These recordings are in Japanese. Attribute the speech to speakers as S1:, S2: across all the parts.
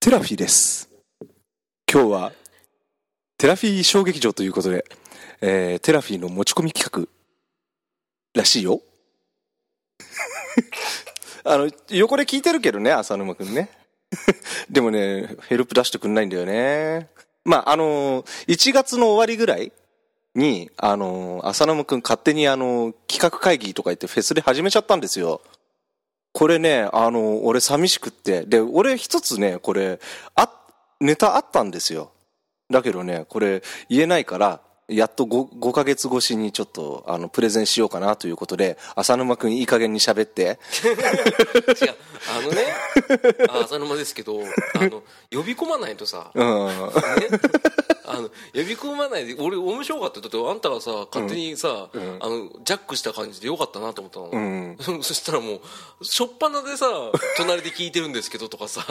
S1: テラフィーです今日はテラフィー小劇場ということで、えーテラフィーの持ち込み企画らしいよ あの横で聞いてるけどね浅沼くんね でもねヘルプ出してくんないんだよねまああの1月の終わりぐらいにあの浅沼くん勝手にあの企画会議とか言ってフェスで始めちゃったんですよこれね、あの、俺寂しくって。で、俺一つね、これ、あ、ネタあったんですよ。だけどね、これ言えないから、やっと 5, 5ヶ月越しにちょっと、あの、プレゼンしようかなということで、浅沼くんいい加減に喋って。
S2: 違うあのねあ浅沼ですけどあの呼び込まないとさ、ね、
S1: うん。
S2: あの呼び込まないで俺面白かったよだってあんたがさ勝手にさ、あのジャックした感じでよかったなと思ったの、そしたらもう初っ端でさ隣で聞いてるんですけどとかさ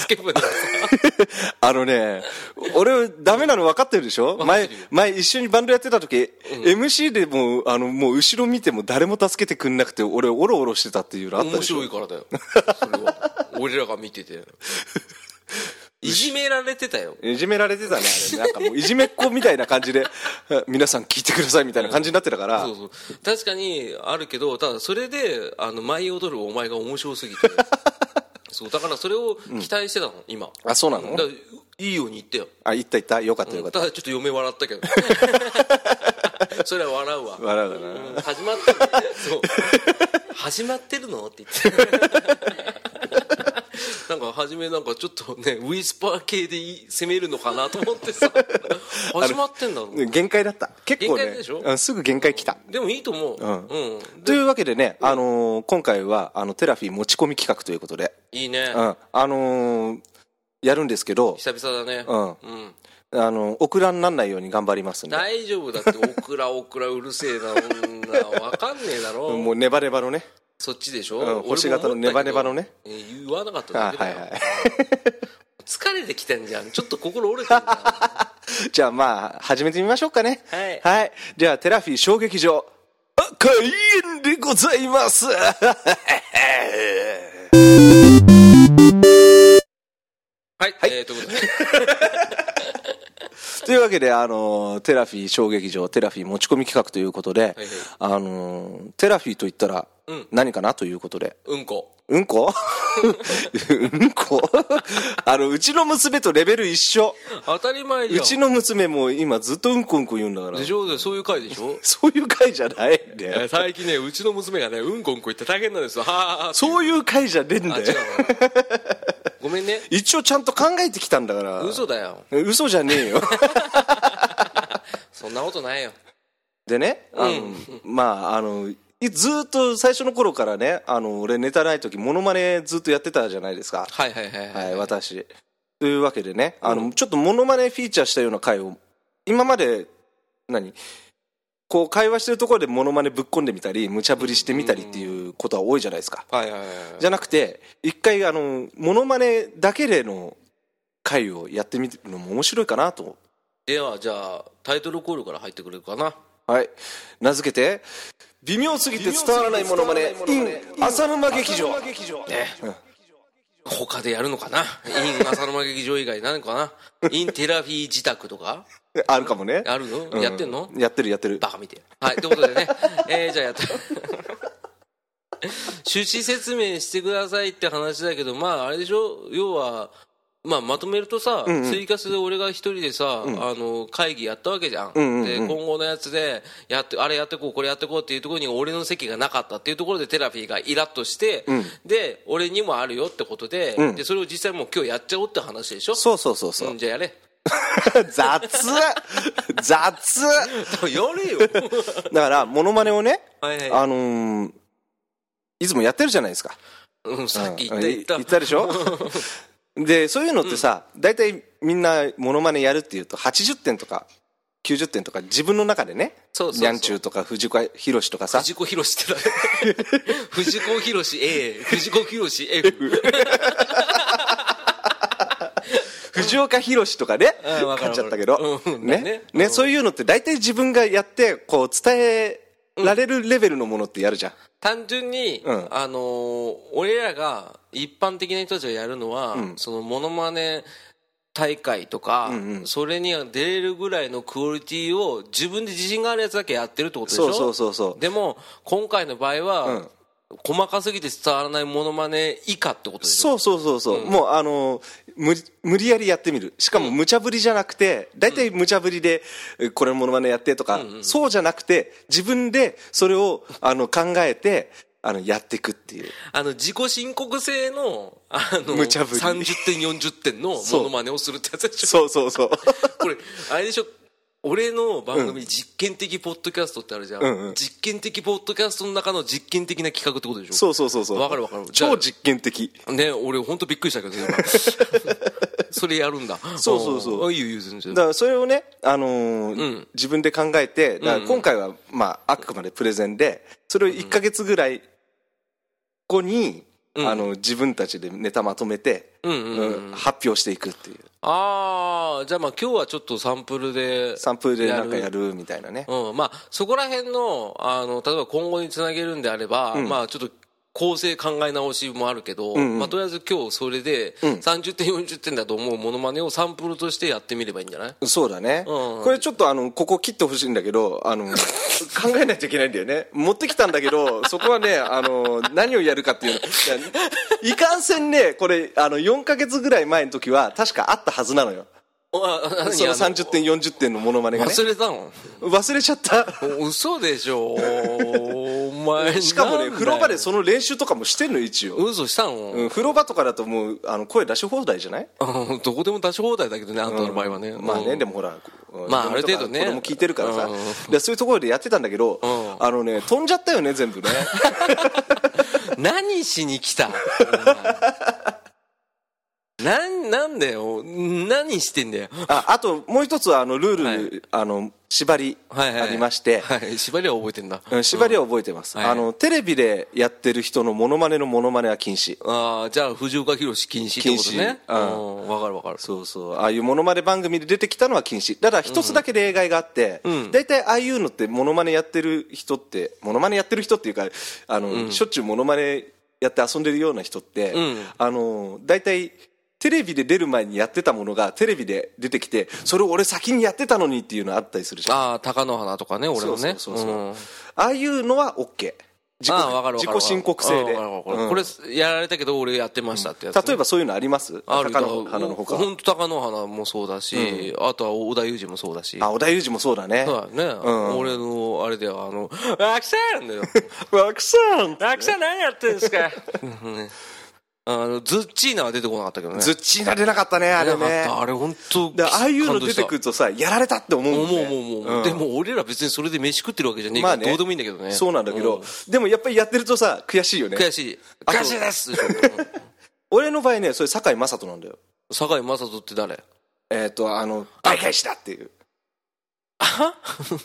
S2: 助け舟がさ
S1: あのね、俺、ダメなの分かってるでしょ
S2: かっ
S1: 前
S2: てるよ、
S1: 前一緒にバンドやってた時、MC でもう、あの、もう後ろ見ても誰も助けてくんなくて、俺、オロオロしてたっていうのあった
S2: 面
S1: でしょ
S2: 白いからだよそれは俺らが見 てていじめられてたよ
S1: いじめられてたね、あれ。なんかもう、いじめっ子みたいな感じで、 皆さん聞いてくださいみたいな感じになってたから
S2: そう、そう確かにあるけどただそれであの舞い踊るお前が面白 すぎてそうだからそれを期待してたの、今
S1: あそうなの
S2: だからいいように言ってよ
S1: あ、行った行った、よかったよかった
S2: だちょっと嫁笑ったけど それは笑うわ
S1: た。笑うだな。
S2: うん始まってるねそう始まってるのって言って なんか初めなんかちょっとねウィスパー系でい攻めるのかなと思っ てさ始まってんだろう
S1: ね限界だった。結構
S2: 限
S1: ね
S2: 界でしょ、
S1: うんすぐ限界来た。
S2: でもいいと思ううん、
S1: というわけでね、あのー今回は、あの、テラフィー持ち込み企画ということで、
S2: いいね、
S1: うん、あのーやるんですけど、
S2: 久々だね
S1: うん、あ
S2: うん
S1: の、オクラにならないように頑張りますんで。
S2: 大丈夫だってオクラオクラうるせえな女わかんねえだろ
S1: もうネバネバのね、
S2: そっちでし
S1: う
S2: ょ、
S1: ん
S2: 俺も思ったけ
S1: 星
S2: ど
S1: 型のネバネバのね
S2: えー言わなかっただ
S1: あ
S2: け
S1: は
S2: だ
S1: い
S2: よ、
S1: はい。
S2: 疲れてきてんじゃんちょっと心折れてんじ ゃ
S1: じゃあまあ、始めてみましょうかね。
S2: はい
S1: はい。じゃあ、テラフィー小劇場、あ開演でござい ます。
S2: んはい、えー、ということで
S1: というわけで、あのー、テラフィー小劇場、テラフィー持ち込み企画ということで、
S2: はい
S1: あのー、テラフィーと言ったら
S2: ん、
S1: 何かなということで、
S2: うんこ
S1: うんこ うんこあの、うちの娘とレベル一緒。
S2: 当たり前じ
S1: う
S2: ゃん
S1: ちの娘も今ずっとうんこうんこ言うんだから
S2: で。しょそういう回でしょ
S1: そういう回じゃないんだよ
S2: えー最近ねうちの娘がねうんこうんこ言って大変なんですよはあ
S1: そういう回じゃねえん
S2: あ
S1: だよ。
S2: 違う のごめんね
S1: 一応ちゃんと考えてきたんだから。
S2: 嘘だよ
S1: 嘘じゃねえよ。
S2: そんなことないよ
S1: でね、あの、まあ、あの、いずーっと最初の頃からね、あの、俺ネタない時、モノマネずっとやってたじゃないですか。
S2: はいはいはい
S1: はい、私。というわけでね、あの、ちょっとモノマネフィーチャーしたような回を、今まで、何こう、会話してるところでモノマネぶっ込んでみたり、無茶ぶりしてみたりっていうことは多いじゃないですか。
S2: はいはいはいはい
S1: じゃなくて、一回、あの、モノマネだけでの回をやってみるのも面白いかなと。
S2: ではじゃあタイトルコールから入ってくれるかな
S1: はい。名付けて、微妙すぎて伝わらないモノマネ、in 浅沼劇場。
S2: ね、他でやるのかなイン浅沼劇場以外なのかなインテラフィー自宅とか
S1: あるかもね。
S2: あるの、
S1: う
S2: やってんの
S1: やってるやってる。
S2: バカみてえはいということでね えー、じゃあやった趣旨説明してくださいって話だけどまああれでしょ要はまあ、まとめるとさ、追加する俺が一人でさ、あの会議やったわけじゃん,、
S1: んうん
S2: で今後のやつでやってあれやってこうこれやってこうっていうところに俺の席がなかったっていうところでテラフィーがイラッとして、で俺にもあるよってことで,、
S1: ん
S2: でそれを実際もう今日やっちゃおうって話でしょ
S1: そうそうそうそう
S2: う。んじゃあやれ
S1: 雑雑
S2: やれよ
S1: だから、モノマネをね、
S2: はいは い
S1: あのーいつもやってるじゃないですか。
S2: うんさっき
S1: う
S2: 言っ
S1: ん
S2: た言った
S1: 言ったでしょ で、そういうのってさ、大体みんなモノマネやるっていうと、80点とか、90点とか、自分の中でね、
S2: そうそうそう
S1: ニャンチューとか藤子博士とかさ、
S2: 藤子博士ってな藤子博士 A 藤子博士 F
S1: 藤岡弘とかね、
S2: うんわかるわか
S1: 買っ
S2: る
S1: ちゃったけど、
S2: うん
S1: ね
S2: ね
S1: ねそういうのって大体自分がやってこう伝えられるレベルのものってやるじゃん。
S2: 単純に、
S1: うん
S2: あのー俺らが一般的な人たちがやるのは、そのモノマネ大会とか、それには出れるぐらいのクオリティを自分で自信があるやつだけやってるってことでしょ
S1: そうそうそうそう
S2: でも今回の場合は、細かすぎて伝わらないモノマネ以下ってことでしょ
S1: そうそうそうそう、もうあの無理無理やりやってみるしかも無茶ぶりじゃなくて大体無茶ぶりでえこれものまねやってとか、そうじゃなくて自分でそれをあの考えてあのやっていくっていう
S2: あの自己申告制のあの
S1: 無茶ぶり
S2: 30点40点のモノマネをするってやつでしょ
S1: そうそうそう
S2: これあれでしょ俺の番組実験的ポッドキャストってあるじゃん、
S1: んうん
S2: 実験的ポッドキャストの中の実験的な企画ってことでしょ
S1: そうそうそうそう
S2: わかるわかる
S1: 超実験的
S2: ね俺本当びっくりしたけど今 それやるんだ
S1: そうそうそう
S2: あいいよいいよ全然
S1: だからそれをね、あのー
S2: うん
S1: 自分で考えてだから今回は、まあ、あくまでプレゼンでそれを1ヶ月ぐらい後に、
S2: うん
S1: あの自分たちでネタまとめて、
S2: うんうんうん
S1: うん発表していくっていう
S2: ああじゃあまあ今日はちょっとサンプルで
S1: サンプルでなんかやるみたいなね
S2: うん、まあそこら辺のあの例えば今後につなげるんであれば、まあちょっと構成考え直しもあるけど、まあ、とりあえず今日それで30点40点だと思うものまねをサンプルとしてやってみればいいんじゃない
S1: そうだね、
S2: うん
S1: これちょっとあのここ切ってほしいんだけど あの考えないといけないんだよね持ってきたんだけどそこはねあの何をやるかっていうのいやいかんせんねこれあの4ヶ月ぐらい前の時は確かあったはずなのよ
S2: あ
S1: その30点40点のモノマネがね
S2: 忘れたの
S1: 忘れちゃった
S2: 嘘でしょお前
S1: しかもね
S2: なんだよ
S1: 風呂場でその練習とかもしてんの一応、
S2: 嘘したの、
S1: うん、風呂場とかだともうあの声出し放題じゃない
S2: うんどこでも出し放題だけどねあんたの場合はね、
S1: まあね、
S2: うん
S1: でもほら、うん
S2: まあある程度ね
S1: 子供聞いてるからさ、
S2: うんうん
S1: でそういうところでやってたんだけど、
S2: ん
S1: あのね、飛んじゃったよね、全部ね。
S2: 何しに来たお前なんなんだよ何してんだよ
S1: ああと、もう一つは、あの、ルール、
S2: はい
S1: あの、縛り
S2: はいはい
S1: ありまして、
S2: はい縛りは覚えてんだ
S1: うん縛りは覚えてます、
S2: はい
S1: あの、テレビでやってる人のモノマネのモノマネは禁止。
S2: ああじゃあ藤岡弘禁止ってことね
S1: 禁止
S2: うんわかるわかる
S1: そうそう。ああいうモノマネ番組で出てきたのは禁止。ただ一つだけ例外があって
S2: ん、
S1: 大体、ああいうのってモノマネやってる人って、モノマネやってる人っていうか、あの、しょっちゅうモノマネやって遊んでるような人って、
S2: ん
S1: あの、大体、テレビで出る前にやってたものがテレビで出てきて、それを俺先にやってたのにっていうのあったりするじゃん。
S2: ああ貴乃花とかね俺のね
S1: そうそうそうそう
S2: うん
S1: ああいうのは OK。自己
S2: ああわかるわ
S1: 自
S2: かる
S1: 己申告制で。
S2: うんわかるわかる
S1: うん
S2: これやられたけど俺やってましたってやつね
S1: 例えばそういうのあります
S2: ある
S1: 高野花のほか。
S2: 本当高野花もそうだし、あとは織田裕二もそうだし
S1: あ、小田裕二もそうだね。
S2: そうだね、
S1: ん
S2: 俺のあれではあの「アクセン!」 だよ
S1: わくさん
S2: 「アクセン何やってんすか」あのズッチーナは出てこなかったけどね
S1: ズッチーナ出なかったね、あれ
S2: 出なかっ
S1: ね。
S2: たあれ本当
S1: だからああいうの出てく
S2: る
S1: るとさやられたって思う
S2: 思
S1: も
S2: うん
S1: ね
S2: 思う思う、でも俺ら別にそれで飯食ってるわけじゃねえか
S1: ま
S2: ら、
S1: あね
S2: どうでもいいんだけどね
S1: そうなんだけど、でもやっぱりやってるとさ悔しいよね
S2: 悔しい
S1: あと
S2: 悔しいです
S1: 俺の場合ねそれ堺雅人なんだよ
S2: 坂井雅人っ て誰
S1: えっ、とあの倍返しだっていう
S2: あは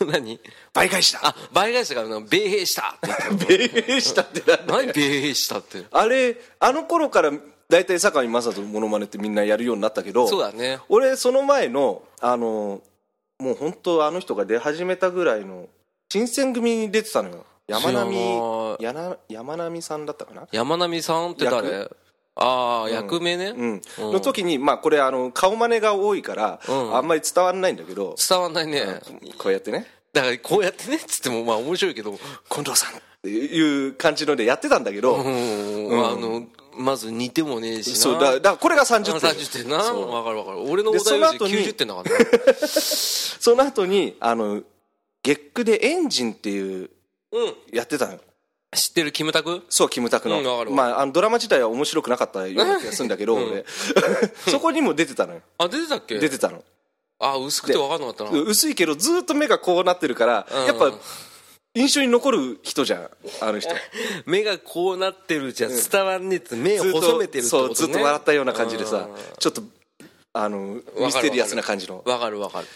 S2: 何
S1: 倍返しだ
S2: あ倍返しだからな米兵したって言ってる
S1: 倍返しだってなんだ
S2: 何米兵したって
S1: あれあの頃から大体堺雅人のモノマネってみんなやるようになったけど
S2: そうだね
S1: 俺その前のあのもう本当あの人が出始めたぐらいの新選組に出てたのよ山
S2: 知
S1: 並やな山並さんだったかな
S2: 山並さんって誰ああ役名ね、
S1: うん、の時に、まあ、これあの顔真似が多いから、
S2: うん
S1: あんまり伝わらないんだけど、
S2: 伝わんないね、
S1: こうやってね
S2: だからこうやってねっつってもまあ面白いけど、
S1: 「近藤さん」っていう感じのでやってたんだけど、
S2: うんあのまず似てもねえしな
S1: そうだだからこれが30点
S2: 30点な
S1: そう
S2: わかるわかる俺の
S1: で
S2: お題
S1: その後に
S2: 90点だからね
S1: その後にあの月9で「エンジン」って いう
S2: うん
S1: やってたの
S2: 知ってるキムタク
S1: そうキムタクの,、
S2: うんわかるわ
S1: まあ、あのドラマ自体は面白くなかったような気がするんだけど、俺 そこにも出てたのよ
S2: あ出てたっけ
S1: 出てたの
S2: あ薄くて分かんなかったな
S1: 薄いけどずーっと目がこうなってるから、
S2: うん
S1: やっぱ印象に残る人じゃんあの人
S2: 目がこうなってるじゃ伝わんねえって目を
S1: ずっと
S2: 細めてるってこ
S1: そ
S2: と
S1: う
S2: ね
S1: ずっと笑ったような感じでさちょっとあの
S2: る
S1: ミステリアスな感じの
S2: 分かる分かる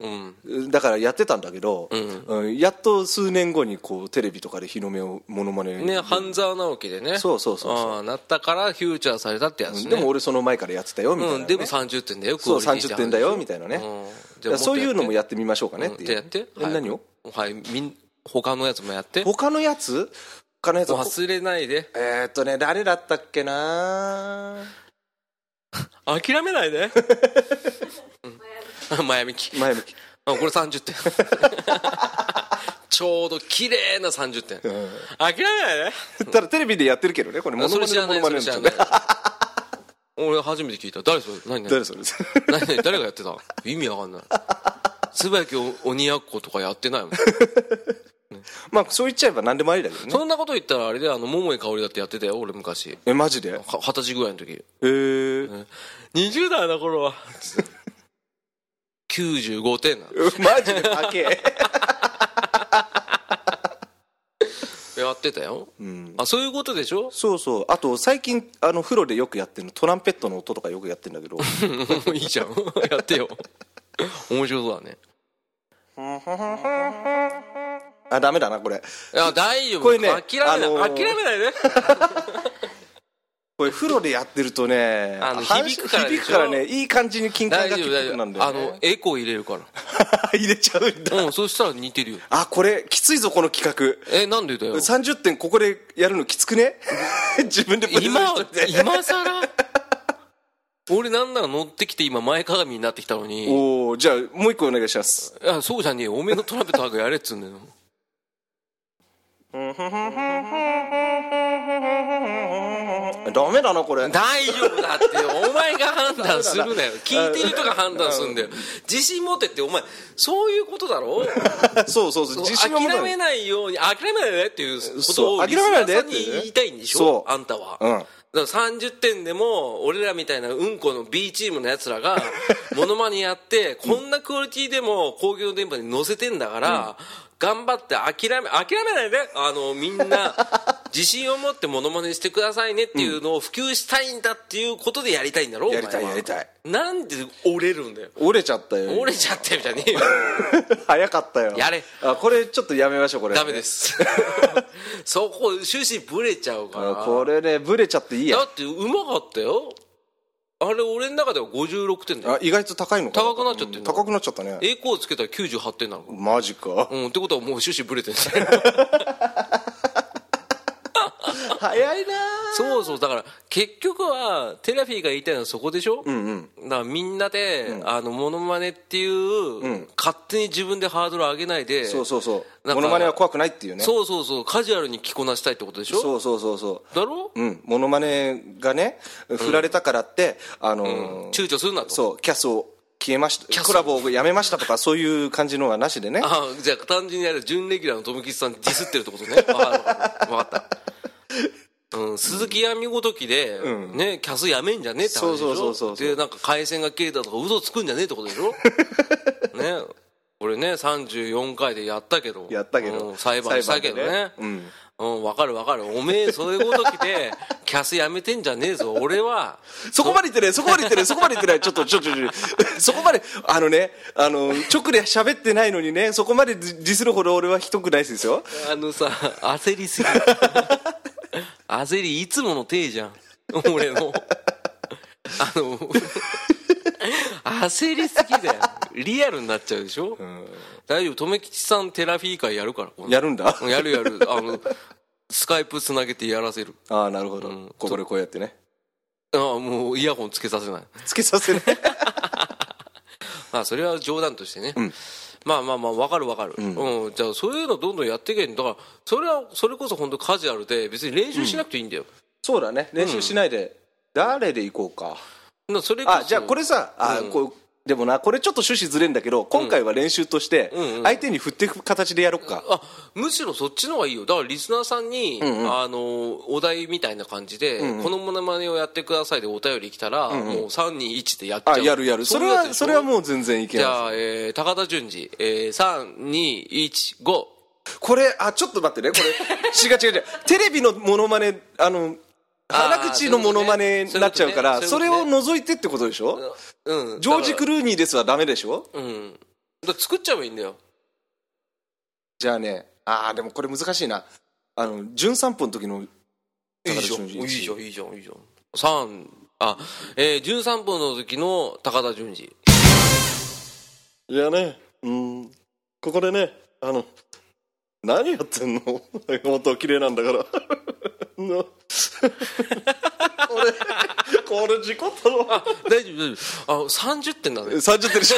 S2: うん
S1: だからやってたんだけど、
S2: ん
S1: うんやっと数年後にこうテレビとかで日の目をモノマネ
S2: ね半沢直樹でね
S1: そうそうそうそう
S2: ああなったからフューチャーされたってやつね
S1: でも俺その前からやってたよみたいな
S2: う
S1: ね、
S2: んでも30点だよ
S1: そう
S2: クオリティ
S1: 30点だよみたいなね、
S2: うん
S1: だからそういうのもや
S2: やっ
S1: ってみましょうかねってて
S2: じゃあ
S1: い
S2: や
S1: う
S2: って
S1: え何を
S2: はいみん 他のやつもやって
S1: 他のやつ他のやつ
S2: 忘れないで
S1: えー、っとね誰だったっけな
S2: 諦めな いでうん前向き
S1: 前向き
S2: あこれ30点ちょうど綺麗な30点
S1: ん
S2: 諦めないで
S1: ただテレビでやってるけどねこれモノ
S2: そ
S1: マ
S2: れ
S1: ネ
S2: 知
S1: の
S2: ら
S1: モ
S2: な
S1: ノ
S2: い
S1: マ
S2: そ
S1: ネ
S2: れ
S1: の
S2: 知らない俺初めて聞いた誰それ何 何
S1: 誰それ
S2: 何何誰がやってた意味わかんない椿き鬼奴とかやってないもん
S1: まあそう言っちゃえば何でもありだけどね
S2: そんなこと言ったらあれであの桃井かおりだってやってたよ俺昔
S1: えマジでへ
S2: は二十歳ぐらいの時
S1: えー、
S2: 20代の頃は95点なの
S1: マジで高え
S2: やってたよ、
S1: ん
S2: あ そういうことでしょ
S1: そうそうあと最近あの風呂でよくやってるのトランペットの音とかよくやってるんだけ ど
S2: いいじゃんやってよ面白そうだね
S1: あダメだなこれ
S2: いや大丈夫
S1: これね
S2: 諦めない、
S1: あのー
S2: 諦めないね
S1: これ風呂でやってるとね
S2: あの
S1: 話
S2: 響くからでしょ
S1: 響くからねいい感じに金管
S2: 大
S1: が
S2: 丈
S1: 効
S2: 夫大
S1: く
S2: 丈
S1: なんだ
S2: 夫あ
S1: よ、ね、
S2: のエコー入れるか
S1: 入れちゃうんだ
S2: らうんそしたら似てるよ
S1: あこれきついぞこの企
S2: えなんでだよ
S1: 画30点ここでやるのきつくね 自分でプレゼン
S2: 今
S1: トして
S2: 今さら俺なんなら乗ってきて今前鏡になってきたのに
S1: おおじゃあもう一個お願いします
S2: あそうじゃねえよおめえのトランペットなんかやれっつうんだよ
S1: ダメだなこれ
S2: 大丈夫だってお前が判断する なよ聞いてる人が判断するんだよ自信持てってお前そういうことだろ
S1: そうそうそう
S2: そう
S1: 自信を持
S2: 諦
S1: た
S2: め
S1: ない
S2: ないように諦めないでっていうこと
S1: そ
S2: を
S1: う
S2: リスナーさん
S1: 諦めない
S2: に
S1: でってね
S2: 言いたいんでし
S1: そ
S2: ょ
S1: う
S2: あんたは、
S1: うん
S2: だから30点でも俺らみたいなうんこの B チームのや つらがモノマネやってこんなクオリティでも工業電波に載せてんだから、頑張って諦め諦めないであのみ んな自信を持ってモノマネしてくださいねっていうのを普及したいんだっていうことでやりたいんだろ
S1: やりたい
S2: お前は
S1: やりたい
S2: なんで折れるんだよ
S1: 折れちゃったよ
S2: 折れちゃってるじゃねえよ
S1: 早かったよ
S2: やれ
S1: あこれちょっとやめましょうこれ
S2: ダ メです。そこ、終始ブレちゃうから。
S1: あこれねブレちゃっていいや
S2: だって、うまかったよ。あれ、俺の中では56点だよ。
S1: あ意外と高いのか
S2: 高くなっちゃってんの
S1: うん高くなっちゃったね
S2: 栄光をつけたら98点なの。
S1: マジか
S2: うん、ってことはもう終始ブレてる。
S1: 早いな
S2: そうそう、だから、結局は、テラフィーが言いたいのはそこでしょうん
S1: うん
S2: だからみんなで、あの、モノマネっていう、勝手に自分でハードル上げないで、
S1: そうそうそう
S2: なん
S1: モ
S2: か
S1: ノマネは怖くないっていうね
S2: そうそうそうカジュアルに着こなしたいってことでしょ
S1: そうそうそうそう
S2: だろ、
S1: うん、モノマネがね、振られたからって、あのー
S2: 躊躇するなと。
S1: そう、キャスを消えまし
S2: キャ
S1: た、
S2: ス
S1: コラボをやめましたとか、そういう感じのはなしでね、
S2: あじゃあ単純にあれ準レギュラーの富吉さんディスってるっ てことね分かった、うん、鈴木やみごときで、ね、キャスやめんじゃねえって話でし
S1: そう
S2: ょ
S1: そうそうそう
S2: でなんか回線が切れたとか嘘つくんじゃねえってことでし ょね俺ね34回でやったけど
S1: やったけど
S2: うん裁判したけどね
S1: 裁判でね
S2: うん、分かる分かるおめえそういうごときでキャスやめてんじゃねえぞ俺は
S1: そこまで言ってない、そこまで言ってない、そこまで言ってない、ちょっと、ちょっと、ちょっとそこまで、あのね、あの、直で喋ってないのにね、そこまでディスるほど俺はひどくないですよ。
S2: あのさ、焦りすぎ。 焦り、いつもの手じゃん。俺の。あの、焦りすぎだよ。リアルになっちゃうでしょ、大丈夫。留吉さんテラフィー会やるから。今度
S1: やるんだ。
S2: やるやる。あの、スカイプつなげてやらせる。
S1: ああ、なるほど、ここでこうやってね、
S2: あもうイヤホンつけさせない。
S1: つけさせない。
S2: まあ、それは冗談としてね。まあまあまあ、わかるわかる。うん。じゃあ、そういうのどんどんやっていけんだから、それは、それこそ本当カジュアルで、別に練習しなくていいんだよ。
S1: そうだね、練習しないで、誰で行こうか。
S2: なそれこそ
S1: あじゃあこれさあ、こうでもなこれちょっと趣旨ずれんだけど今回は練習として相手に振っていく形でやろっか、
S2: あむしろそっちの方がいいよだからリスナーさんに、あのお題みたいな感じで、このモノマネをやってくださいでお便り来たら、もう321でやっちゃう
S1: あやるやるそれ
S2: ういうやつ
S1: は
S2: でしょ
S1: それはもう全然いけ
S2: じ
S1: な
S2: ゃあ、えー高田純次、えー、3215
S1: いこれあちょっと待ってね これ違う違う違うテレビのモノマネあの
S2: あー
S1: 辛口のモノマネになっちゃうから
S2: そ
S1: そう
S2: い
S1: れ
S2: うこと
S1: を除いてってことでしょ
S2: うん
S1: ジョージ・
S2: だか
S1: クルーニーですはダメでしょ
S2: らうんだから作っちゃえばいいんだよ
S1: じゃあねあーでもこれ難しいなあの「純散歩」の時の
S2: いい
S1: 高田
S2: じゃん
S1: 純
S2: い
S1: 次
S2: いじゃんいいじゃんいいじゃん3あえー、13分の時の高田純次
S1: いやね、うん、ここでね、あの、何やってんの 本は綺麗なんだから な俺これ事故ったの
S2: あ大丈夫大丈夫あ30点だね
S1: 30点でしょ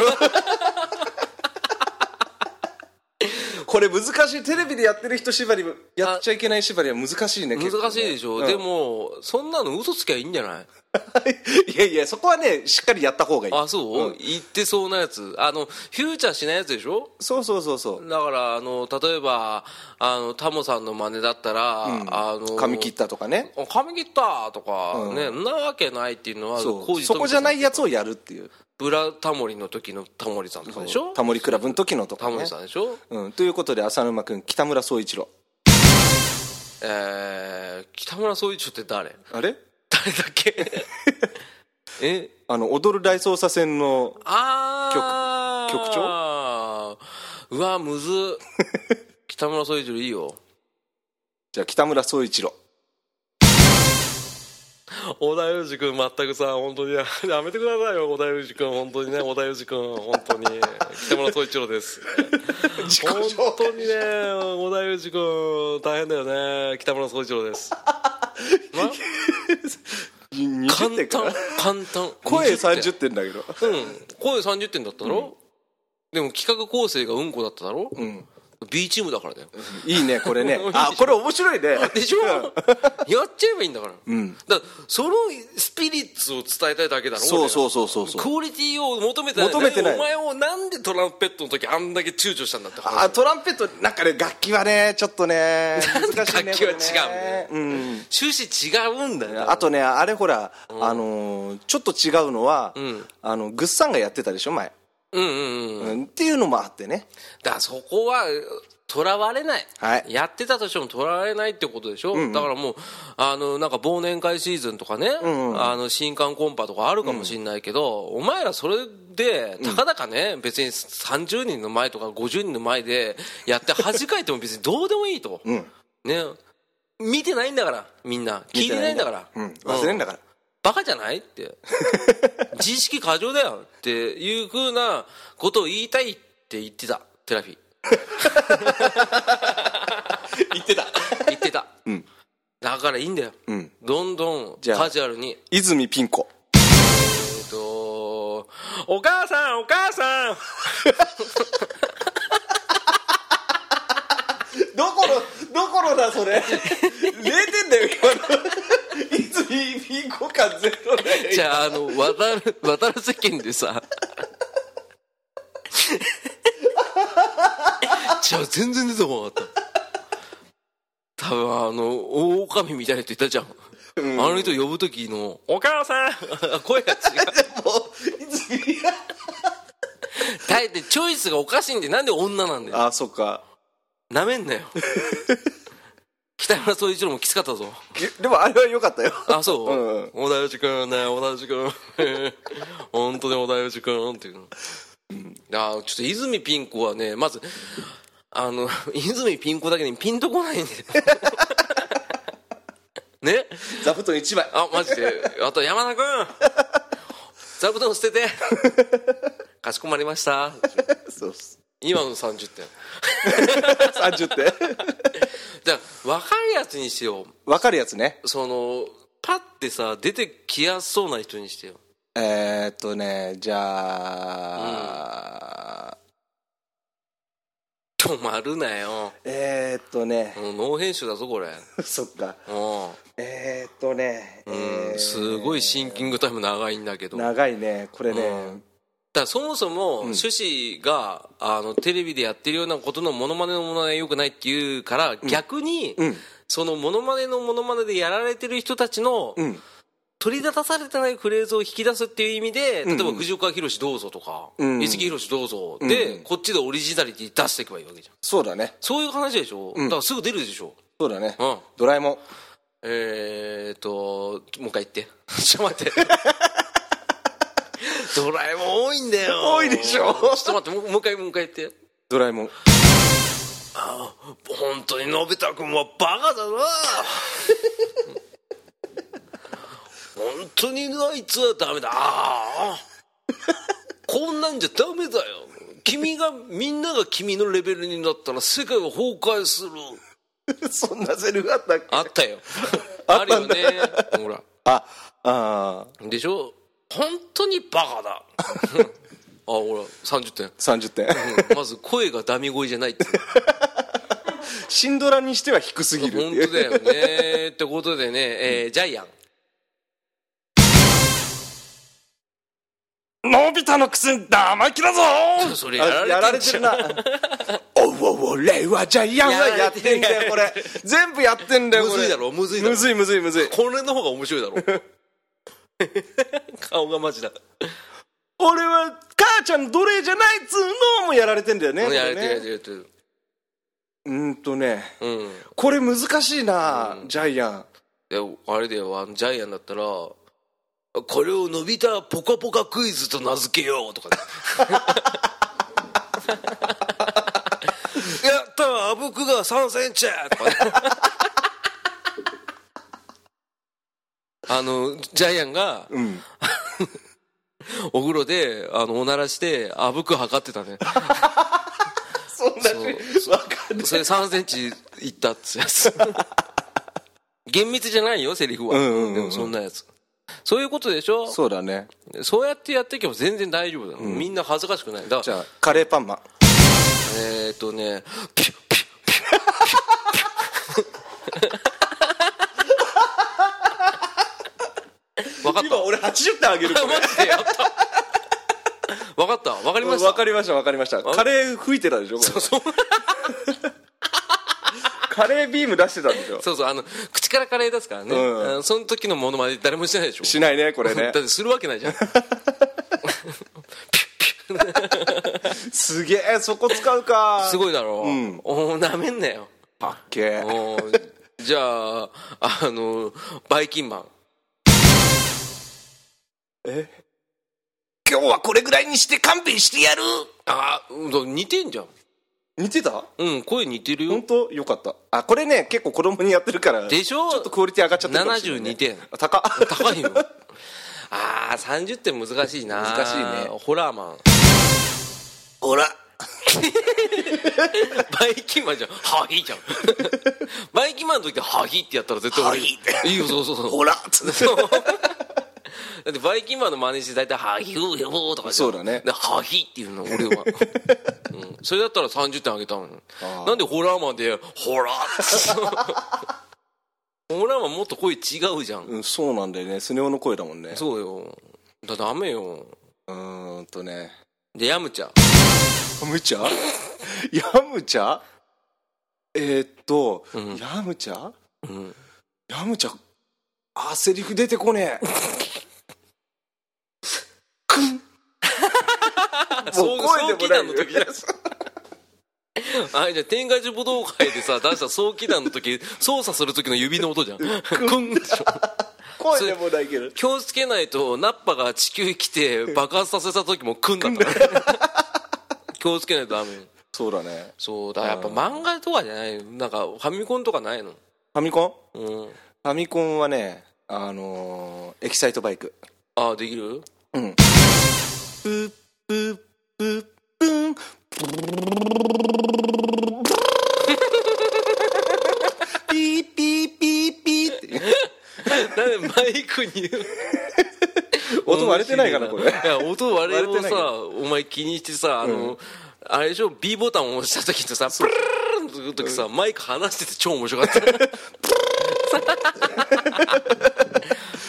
S1: これ難しいテレビでやってる人縛りやっちゃいけない縛りは難しいね結構ね
S2: 難しいでしょ、
S1: うん
S2: でもそんなの嘘つきゃいいんじゃない
S1: いやいやそこはねしっかりやった方がいい
S2: あそう、
S1: うん
S2: 言ってそうなやつあのフューチャーしないやつでしょ
S1: そうそうそうそう
S2: だからあの例えばあのタモさんの真似だったら、あの
S1: 髪切ったとかね
S2: あ髪切ったとかね、なわけないっていうのは
S1: そ
S2: 浩
S1: う
S2: 二
S1: そこじゃないいやつをやるっていう
S2: ブラタモリの時のタモリさんとかでしょ
S1: タモリクラブの時のと
S2: タ
S1: か
S2: モ
S1: ね
S2: リさんでしょ、
S1: うん、ということで浅沼君北村総一郎
S2: えー、北村総一郎って誰
S1: あれ
S2: 誰だっけ え
S1: あの踊る大捜査線の
S2: あー
S1: 局局
S2: うわむず っ北村総一郎いいよ
S1: じゃあ北村総一郎
S2: 小田裕二君全くさ本当にや やめてくださいよ小田裕二君本当にね小田裕二君本当に北村総一郎です本当にね小田裕二君大変だよね北村総一郎です な簡
S1: 20
S2: 単
S1: 点かな
S2: 簡単
S1: 声
S2: 20
S1: 30点だけど
S2: 点うん声30点だったろ、でも企画構成がうんこだっただろ、
S1: ん
S2: B チームだからだよ
S1: いいねこれ ね
S2: いいでしょ
S1: あこれ面白いね
S2: でしょやっちゃえばいいんだから、
S1: ん
S2: だからそのスピリッツを伝えたいだけだろ
S1: そうそう
S2: そ
S1: そうそうそう
S2: クオリティを求めてない
S1: 求めてない
S2: お前をなんでトランペットの時あんだけ躊躇したんだって
S1: あトランペットなんかね楽器はねちょっとね
S2: なんで
S1: 難しいね
S2: 楽器は
S1: これねうん
S2: 終始違うんだよ
S1: あとねあれほら、あのーちょっと違うのは、
S2: ん
S1: あのグッさんがやってたでしょ前、
S2: うんうんうん
S1: うんっていうのもあってね
S2: だからそこはとらわれない、
S1: はい
S2: やってたとしてもとらわれないってことでしょ、だからもうあのなんか忘年会シーズンとかね、あの新刊コンパとかあるかもしれないけど、お前らそれでたかだかね、別に30人の前とか50人の前でやって恥かいても別にどうでもいいと、ね見てないんだからみんな聞いてないんだから
S1: うん、忘れんだから、
S2: バカじゃないって。自意識過剰だよっていうふうなことを言いたいって言ってた、テラフィー。言ってた。言ってた。だからいいんだよ。
S1: ん
S2: どんどん
S1: じゃあ
S2: カジュアルに。
S1: 泉ピン子
S2: えっと、お母さん、お母さん
S1: どこのどこのだそれ 0点だよ今の泉ピン子感ゼロで
S2: じゃあ、あの、渡る、渡る世間でさ。じゃあ、全然出てこなかった。多分、あの、大狼みたいな人いたじゃん。あの人呼ぶ時の、お母さん声が違う。だいたいチョイスがおかしいんで、なんで女なんだよ。
S1: あそっか
S2: なめん なよ。北村総一郎もきつかったぞ。
S1: でもあれは良かったよ
S2: あ、そう
S1: うんうん
S2: 小田裕二くん ね、小田裕二くん。本当に小田裕二くんっていうの。あ、ちょっと泉ピン子はね、まず、あの、 泉ピン子だけにピンとこないんで。 ね
S1: 座布団1枚
S2: あ、マジで。あと山田くん座布団捨ててかしこまりました。
S1: そうっす
S2: 今の30点。
S1: 30点
S2: じゃあ、若いやつにしてよ。
S1: 分かるやつね
S2: その、パッてさ、出てきやすそうな人にしてよ。
S1: えー、っとねじゃあ、
S2: 止まるなよ。
S1: えー、っとね、
S2: もうノー編集だぞこれ
S1: そっか
S2: う
S1: えー、っとね、え
S2: ん、
S1: ー
S2: すごいシンキングタイム長いんだけどだか
S1: 長いねこれね、
S2: うんらそもそも趣旨が、あのテレビでやってるようなことのモノマネのものは良くないっていうから、逆に、
S1: うん
S2: そのモノマネのモノマネでやられてる人たちの、
S1: うん
S2: 取り立たされてないフレーズを引き出すっていう意味で例えば藤岡弘どうぞとか、
S1: うん
S2: 五木ひろしどうぞで、こっちでオリジナリティ出していけばいいわけじゃん
S1: そうだね
S2: そういう話でしょ、だからすぐ出るでしょ
S1: そうだね、
S2: うん
S1: ドラえもん
S2: えーっと、もう一回言って。 ちょっ と待って。ドラえもん多いんだよ。
S1: 多いでしょ
S2: ちょっと待って、もうもう一回、もう一回言って。
S1: ドラえもん
S2: 本当にのび太くんはバ カだな本当にあいつはダメだ。ああこんなんじゃダメだよ。君がみんなが君のレベルになったら世界は崩壊する
S1: そんなセリフあったっけ
S2: あ ったよあるよねほら
S1: あ、あー
S2: でしょ本当にバカ だあほら30点
S1: 30点。
S2: うんまず声がダミ声じゃないって
S1: シンドラにしては低すぎるって
S2: 本
S1: いう。
S2: 当だよねってことでね、えージャイアン
S1: のび太のくせに生意気だぞ
S2: それやられてる
S1: あやられてるな。 おうおうおう、令和ジャイアンがやってんだよ、こ れ。全部やってんだよ、
S2: む
S1: これ。
S2: ずいだろむずいだろ
S1: むずいむずいむずい。
S2: これの方が面白い だろ顔がマジだ
S1: 俺は母ちゃん奴隷じゃないっつうのもやられてんだよね。
S2: やれてるや
S1: こね
S2: れてるやれてる
S1: うーんとね、
S2: うん
S1: これ難しいな、ジャイアン。
S2: であれだよあのジャイアンだったらこれを伸びたポカポカクイズと名付けようとかねやったーあぶくが3センチとかねあのジャイアンが、
S1: ん
S2: お風呂であのおならしてあぶく測ってたね
S1: そんなし、わかんない。
S2: それ3センチいったってやつ厳密じゃないよセリフは、
S1: うんうんうんうん
S2: でもそんなやつそういうことでしょそ
S1: そうだね。
S2: うやってやっていけば全然大丈夫だ、よみんな恥ずかしくないだか
S1: じ
S2: ら
S1: ゃあ、カレーパンマン。
S2: えーっ、とねピュッピュッピュッピュッわかっ
S1: 今俺80点あげる、こ
S2: た
S1: れ。
S2: マジでやったわかったわかりました
S1: わかりましたわかりましたカレー吹いてたでしょこれ
S2: そう
S1: カレービーム出してたんでしょ
S2: そうそうあの口からカレー出すからね、
S1: うん
S2: あのその時のものまで誰もしてないでしょ
S1: しないねこれね
S2: だってするわけないじゃん
S1: すげえそこ使うか
S2: すごいだろ、おおなめんなよ
S1: パッケー
S2: おーじゃああのバイキンマン
S1: 今日はこれぐらいにして勘弁してやる
S2: あーうん似てんじゃん
S1: 似てた
S2: うん声似てるよ
S1: 本当よかったあこれね結構子供にやってるから
S2: でしょ
S1: ちょっとクオリティ上がっちゃったかもしれない、
S2: 72点
S1: あ高っ
S2: 高いよああ30点難しいな
S1: 難しいね
S2: ホラーマン
S1: ほら
S2: バイキンマンじゃんはひじゃんバイキンマンの時ってはひってやったら絶対俺
S1: はひって
S2: いいよそうそうそう
S1: ほらっつって
S2: そうだってバイキンマンの真似して大体「はひゅうよー」とか
S1: そうだね
S2: ではひ」っていうの俺 は、うん、それだったら30点あげたのに
S1: あー
S2: なんでホラーマンで「ホラー」 ってホラーマンもっと声違うじゃん、
S1: うん、そうなんだよねスネ夫の声だもんね
S2: そうよだダメよ
S1: うーんとね
S2: でヤムチャ
S1: ヤムチャヤムチャえー、っと、ヤムチャ、
S2: ん
S1: ヤムチャあセリフ出てこねえ
S2: そう早期団の時じゃん
S1: す
S2: あれじゃあ天下一武道会でさ出した早期団の時操作する時の指の音じゃんクンでしょ
S1: 声でもないけど
S2: 気をつけないとナッパが地球来て爆発させた時も来んだったから気をつけないとダメ
S1: そうだね
S2: そうだやっぱ漫画とかじゃないなんかファミコンとかないの
S1: ファミコン
S2: うん
S1: ファミコンはねあのーエキサイトバイク
S2: ああできる
S1: うんプープープープーンピーピーピーピーって
S2: なんでマイクに
S1: 音割れてないかなこれ
S2: いや音割れを
S1: 割れてないか
S2: さお前気にしてさあの、あれでしょ B ボタンを押した時とさプルルルンって言う時さマイク離してて超面白かった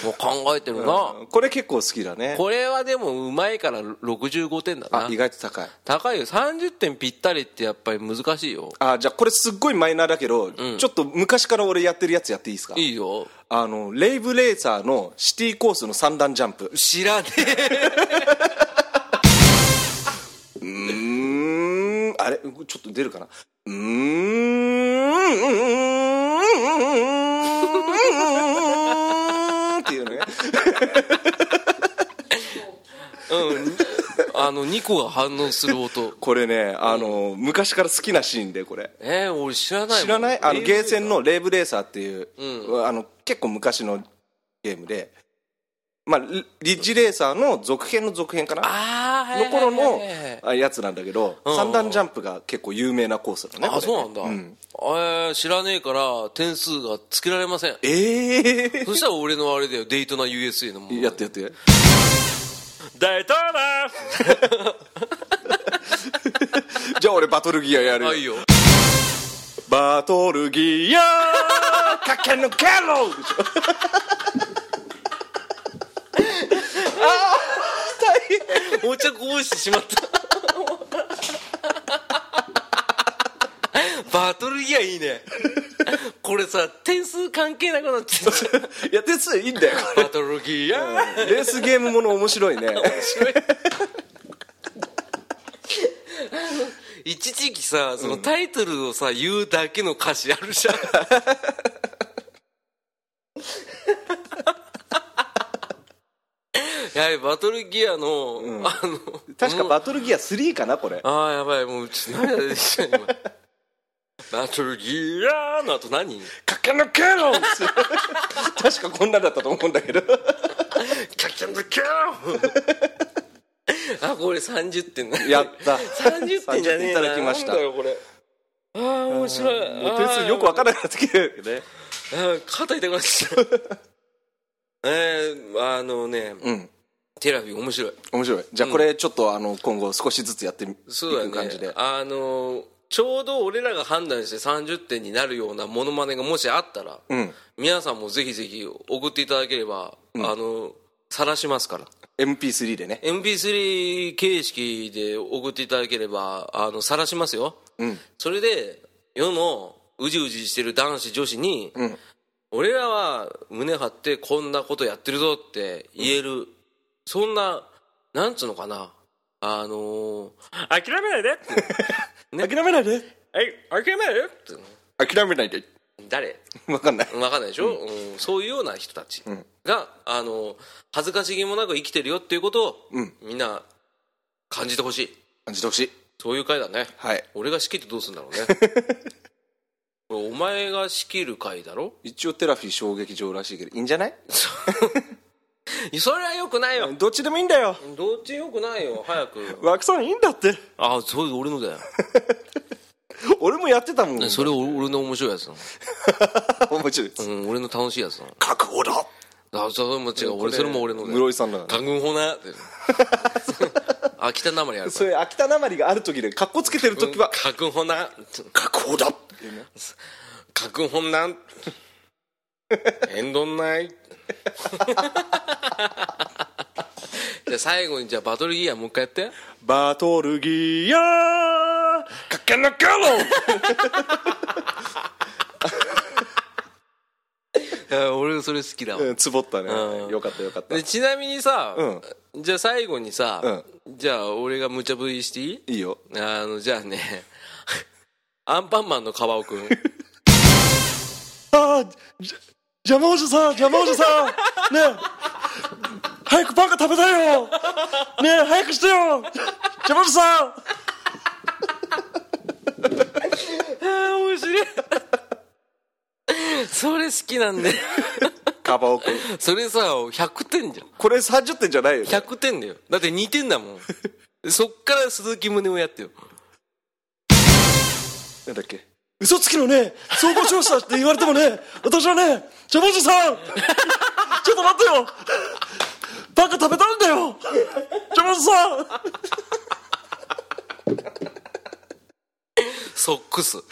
S2: もう考えてるな、
S1: これ結構好きだね
S2: これはでもうまいから65点だ
S1: あ
S2: な
S1: 意外と高い
S2: 高いよ30点ぴったりってやっぱり難しいよ
S1: あじゃあこれすっごいマイナーだけど、ちょっと昔から俺やってるやつやっていいですか
S2: いいよ
S1: あのレイブレーサーのシティコースの三段ジャンプ
S2: 知らね
S1: うーんあれちょっと出るかなうーんっていうのね
S2: えうんあの2個が反応する音
S1: これねあの、昔から好きなシーンでこれ
S2: えー、俺知らないもん
S1: 知らないあの
S2: えー
S1: ゲーセンのレイブレーサーっていう、あの結構昔のゲームでまあ、リリッジレーサーの続編の続編かな
S2: ああ
S1: の頃のあやつなんだけど、
S2: うん
S1: 三段ジャンプが結構有名なコースだねこれ
S2: あそうなんだ、えー知らねえから点数がつけられま せん
S1: ええ
S2: そしたら俺のあれだよデイトナ USA のも
S1: ー、
S2: う
S1: やってやって
S2: デイトナ
S1: じゃあ俺バトルギアやるよ
S2: あいいよ
S1: バトルギア駆け抜けろでしょあー
S2: お茶こぼしてしまった バトルギアいいねこれさ点数関係なくなって んじ
S1: いや点数いいんだよ
S2: ゃんバトルギア
S1: レースゲームもの面白いね
S2: 一時期さそのタイトルをさ言うだけの歌詞あるじ ゃんやはりバトルギアの、あの
S1: 確かバトルギア3かなこれ
S2: ああやばいもうちょっと涙出てきた今 バトルギアの後何
S1: 駆け抜けろ確かこんなんだったと思うんだけど
S2: キャキャンキャン あこれ30点だ
S1: やった
S2: 30点じゃね
S1: 30点い
S2: え
S1: ただきました
S2: なんだよこれああ面白い
S1: もう点数よくわからなくなってきてるね
S2: あー肩痛くなってきたえー、あのね、
S1: うん
S2: テラフィー面白い
S1: 面白いじゃあこれちょっとあの今後少しずつやってみい
S2: そうだ
S1: く感じ
S2: ね
S1: で
S2: あのちょうど俺らが判断して30点になるようなモノマネがもしあったら、
S1: ん
S2: 皆さんもぜひぜひ送っていただければ、あの晒しますから
S1: MP3 でね
S2: MP3 形式で送っていただければあの晒しますよ、それで世のうじうじしてる男子女子に、俺らは胸張ってこんなことやってるぞって言える、そんななんつうのかなあのー諦めないで って
S1: 諦めないで
S2: え諦めないでって
S1: 諦めないで
S2: 誰
S1: わかんない
S2: 分かんないでしょ、うんそういうような人たちが、あの恥ずかしげもなく生きてるよっていうことを、みんな感じてほしい
S1: 感じてほしい
S2: そういう回だね
S1: はい
S2: 俺が仕切ってどうするんだろうねこ れお前が仕切る回だろ
S1: 一応テラフィー小劇場らしいけどいいんじゃない
S2: いやそれはよくないよ
S1: どっちでもいいんだよ
S2: どっちよくないよ早く
S1: 枠さんいいんだって
S2: ああそういう俺のだよ
S1: 俺もやってたもん面
S2: それ俺俺の面白いやつな
S1: 白いです
S2: の、うん、俺の楽しいやつなの
S1: 覚悟だ
S2: あそれも違う俺それも俺のだよ
S1: 室井さんだから
S2: 単軍法なってあ北なまりある
S1: それ秋田なまりがある時で格好つけてる時は
S2: 覚悟な
S1: 覚悟だっていうね
S2: 覚悟な遠慮ない じゃあ最後にじゃあバトルギアもう一回やって
S1: バトルギア駆け抜けろ
S2: 俺それ好きだわ、
S1: うんつぼったね
S2: うん
S1: よかったよかった
S2: で
S1: い
S2: ちなみにさ、
S1: う
S2: じゃあ最後にさ、じゃあ俺が無茶ぶりしていい
S1: いよ
S2: あのじゃあね アンパンマンのカバ オくん
S1: あじゃ邪魔おじさん邪魔おじさん ねえ早くパンが食べたいよねえ早くしてよ邪魔おじさん
S2: 面白い それ好きなんで
S1: カバオくん
S2: それさ100点じゃん
S1: これ30点じゃないよね
S2: 100点だよだって2点だもんでそっから鈴木宗男やってよ
S1: なんだっけ嘘つきのね総合調査って言われてもね 私はねジャムおじさん ちょっと待ってよバカ食べたいんだよジャムおじさん
S2: ソックス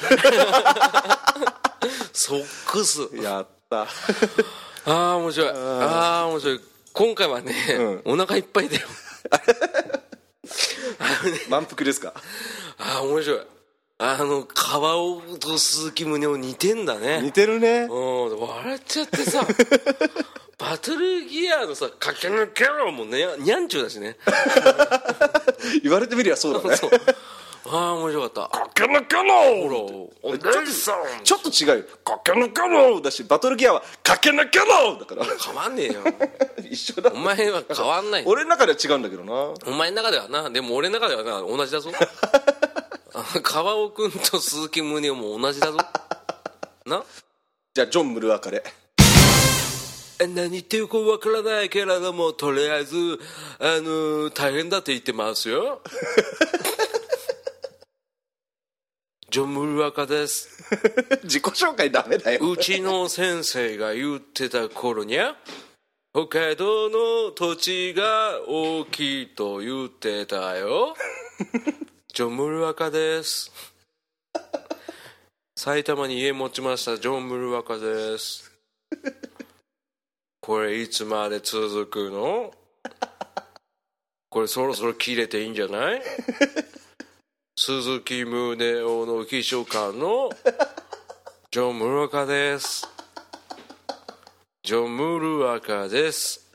S2: ソックス
S1: や った
S2: ああ面白いああ面白い今回はね、お腹いっぱいだよ
S1: 満腹ですか
S2: ああ面白いあの川尾と鈴木宗男似てんだね
S1: 似てるね
S2: うん笑っちゃって さバトルギアのさ「駆け抜けろ」もねにゃんちゅうだしね
S1: 言われてみりゃ そうだね
S2: そうああ面白かった
S1: 駆け抜けろ
S2: ほらお姉さん
S1: ちょっと違うよ駆け抜けろだしバトルギアは駆け抜けろだから
S2: 変わんねえよ
S1: 一緒だ
S2: お前は変わんない
S1: 俺の中では違うんだけどな
S2: お前の中ではなでも俺の中ではな同じ だぞあの川尾君と鈴 木宗男も同じだぞな
S1: じゃあジョン・ムルアカレ
S2: あ何言ってるかわからないけれどもとりあえずあの大変だって言ってますよジョン・ムルアカです
S1: 自己紹介ダメだよ。
S2: うちの先生が言ってた頃にゃ北海道の土地が大きいと言ってたよジョン・ムルアカです埼玉に家持ちましたジョン・ムルアカですこれいつまで続くのこれそろそろ切れていいんじゃない鈴木宗男の秘書官のジョン・ムルアカですジョン・ムルアカです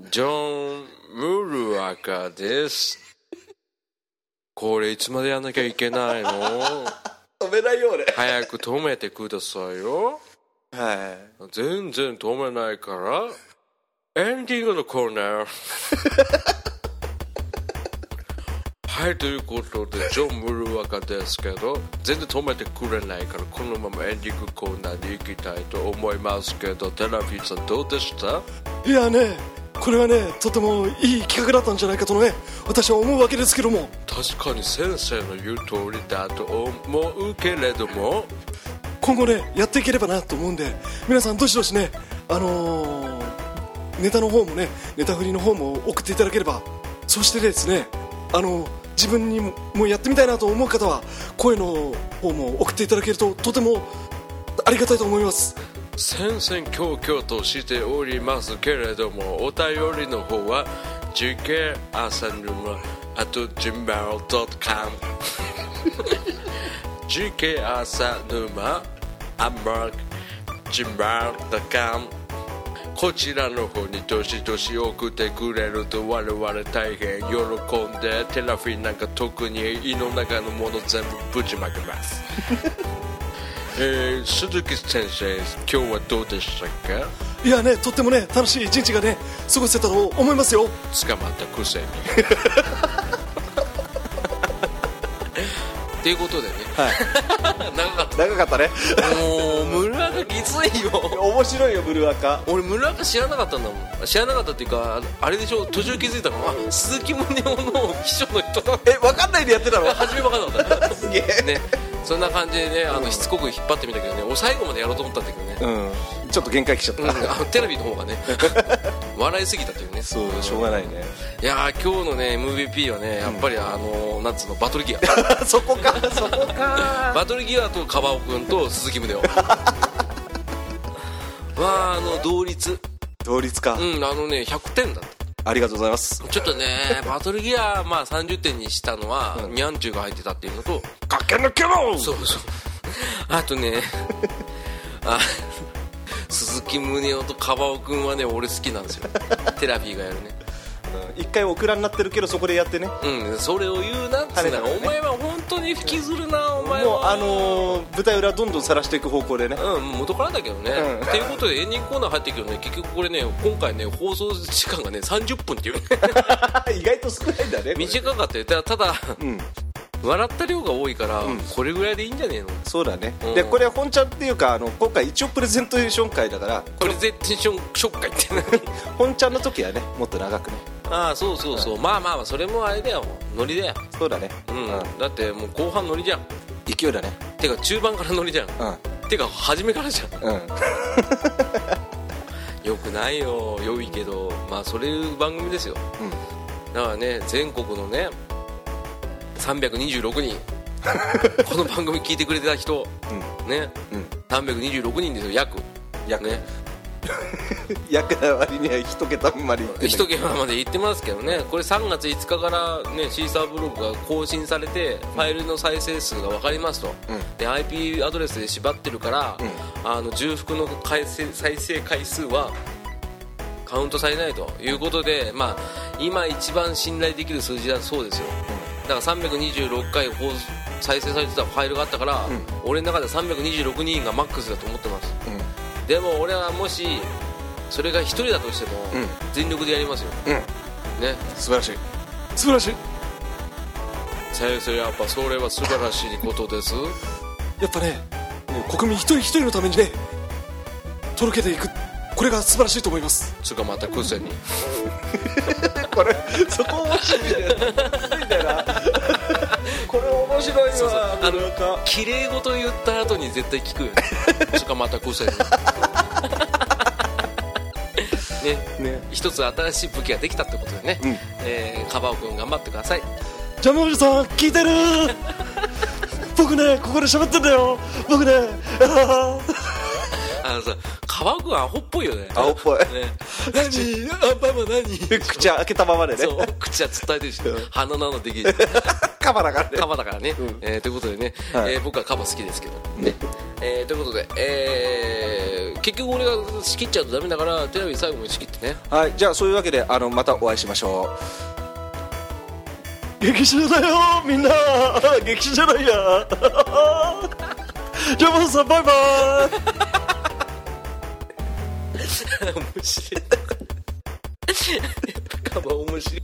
S2: ジョン・ムルアカですこれいつまでやんなきゃいけないの
S1: 止めないよ、俺。
S2: 早く止めてくださいよ
S1: は
S2: 全然止めないからエンディングのコーナーはいということでジョン・ムルワカですけど全然止めてくれないからこのままエンディングコーナーに行きたいと思いますけどテラフィーさんどうでした
S1: い。いやね、これはね、とてもいい企画だったんじゃないかとね、私は思うわけですけども。
S2: 確かに先生の言う通りだと思うけれども
S1: 今後ねやっていければなと思うんで皆さんどしどしねあのーネタの方もねネタ振りの方も送っていただければそしてですねあのー自分にももうやってみたいなと思う方は声の方も送っていただけるととてもありがたいと思います
S2: 戦々恐々としておりますけれどもお便りの方は GK 朝沼あと gmail.com GK 朝沼アンマーク gmail.com こちらの方にどしどし送ってくれると我々大変喜んでテラフィンなんか特に胃の中のもの全部ぶちまけますえー、鈴木先生今日はどうでしたか
S1: いやねとってもね楽しい一日がね過ごせたと思いますよ
S2: 捕まったくせ にっていうことでね、 長かっ
S1: 長かったね
S2: たもう村がきついよ
S1: 面白いよブルアカ
S2: 俺村が知らなかったんだもん知らなかったっていうかあれでしょ途中気づいたのあ鈴木宗男の秘書の人だ
S1: え分かんないでやってたの
S2: 初め分かんなか った
S1: すげえ
S2: ねそんな感じでねあのしつこく引っ張ってみたけどね俺最後までやろうと思ったんだけどね
S1: うんちょっと限界来ちゃった、
S2: うんあのテレビの方 がね笑いすぎたというね
S1: そうしょうがないね
S2: いやー今日のね MVP はねやっぱりあのー、なんつうのバトルギア
S1: そこかそこか
S2: バトルギアとカバオ君と鈴木宗男 まああの同率
S1: 同率か、
S2: うんあのね100点だった
S1: ありがとうございます
S2: ちょっ とねバトルギアまあ30点にしたのは、ニャンチューが入ってたっていうのと
S1: 駆け抜けろ
S2: そうそうあと ねあ鈴木宗男とカバオ君はね俺好きなんですよテラフィーがやるね
S1: 一回オクラになってるけどそこでやってね
S2: うんそれを言うなっつう
S1: 彼ら
S2: な
S1: がね
S2: お前は本当に引きずるなお前は
S1: もうあのー舞台裏どんどん晒していく方向でね
S2: うん、元からだけどね。
S1: うん
S2: っていうことでエンディングコーナー入っていくけどね、結局これね、今回ね、放送時間がね、30分っていうね、
S1: 意外と少ないんだね
S2: 短かったよ。ただ、ただ
S1: うん
S2: 笑った量が多いから、これぐらいでいいんじゃねえの
S1: そうだね、
S2: うん
S1: でこれ本ちゃんっていうかあの今回一応プレゼンテーション会だから
S2: プレゼンテーション紹介ってね。
S1: 本ちゃんの時はねもっと長くね
S2: ああ、そうそうそう。まあまあまあ、それもあれだよ。ノリだよ。
S1: そうだね
S2: うん。だってもう後半ノリじゃん。
S1: 勢いだね
S2: てか中盤からノリじゃん。
S1: う
S2: てか初めからじゃん。
S1: ん うん
S2: よくないよ良いけどまあそれいう番組ですよ、だからね全国のね326人 この番組聞いてくれてた人、ね、
S1: うん
S2: 326人ですよ約
S1: 約
S2: ね
S1: 役な割には一桁までいってんだ
S2: 一桁まで行ってますけどねこれ3月5日からねシーサーブログが更新されてファイルの再生数が分かりますと、
S1: うん
S2: で IP アドレスで縛ってるから、
S1: う
S2: あの重複の回せ再生回数はカウントされないということで、まあ、今一番信頼できる数字だそうですよ、だから326回放送再生されてたファイルがあったから、俺の中で326人がマックスだと思ってます
S1: けどね
S2: でも俺はもしそれが一人だとしても、
S1: うん
S2: 全力でやりますよ
S1: うん、うん、
S2: ね
S1: 素晴らしい素晴らしい
S2: 先生やっぱそれは素晴らしいことです
S1: やっぱねもう国民一人一人のためにね
S3: とろけていくこれが素晴らしいと思います
S4: それかまたクーさんに
S1: これそこ面白いんだよこれ面白いわ
S4: そうそうあの綺麗事言った後に絶対聞くよねそれかまたクーさん にね
S1: ね
S4: 一つ新しい武器ができたってことでね、
S1: ん
S4: えーカバオ君頑張ってください
S3: ジャムおじさん聞いてる僕ねここで喋ってんだよ僕ねあー
S4: あのさカバオ君アホっぽいよね
S1: 青っぽい
S4: ね
S3: 何アンパンマン何
S1: 口開けたままでね
S4: そう口は伝えてるし
S1: うん
S4: 鼻なのできるし
S1: カバだからね
S4: カバだからね、えーということでね、
S1: はい
S4: えー僕はカバ好きですけど、ねえーということで、えー結局俺が仕切っちゃうとダメだからテレビ最後も仕切ってね
S1: はいじゃあそういうわけであのまたお会いしましょう
S3: 劇中だよみんな劇中じゃないやジャムおじさんバイバイ
S4: 面白いカバ面白い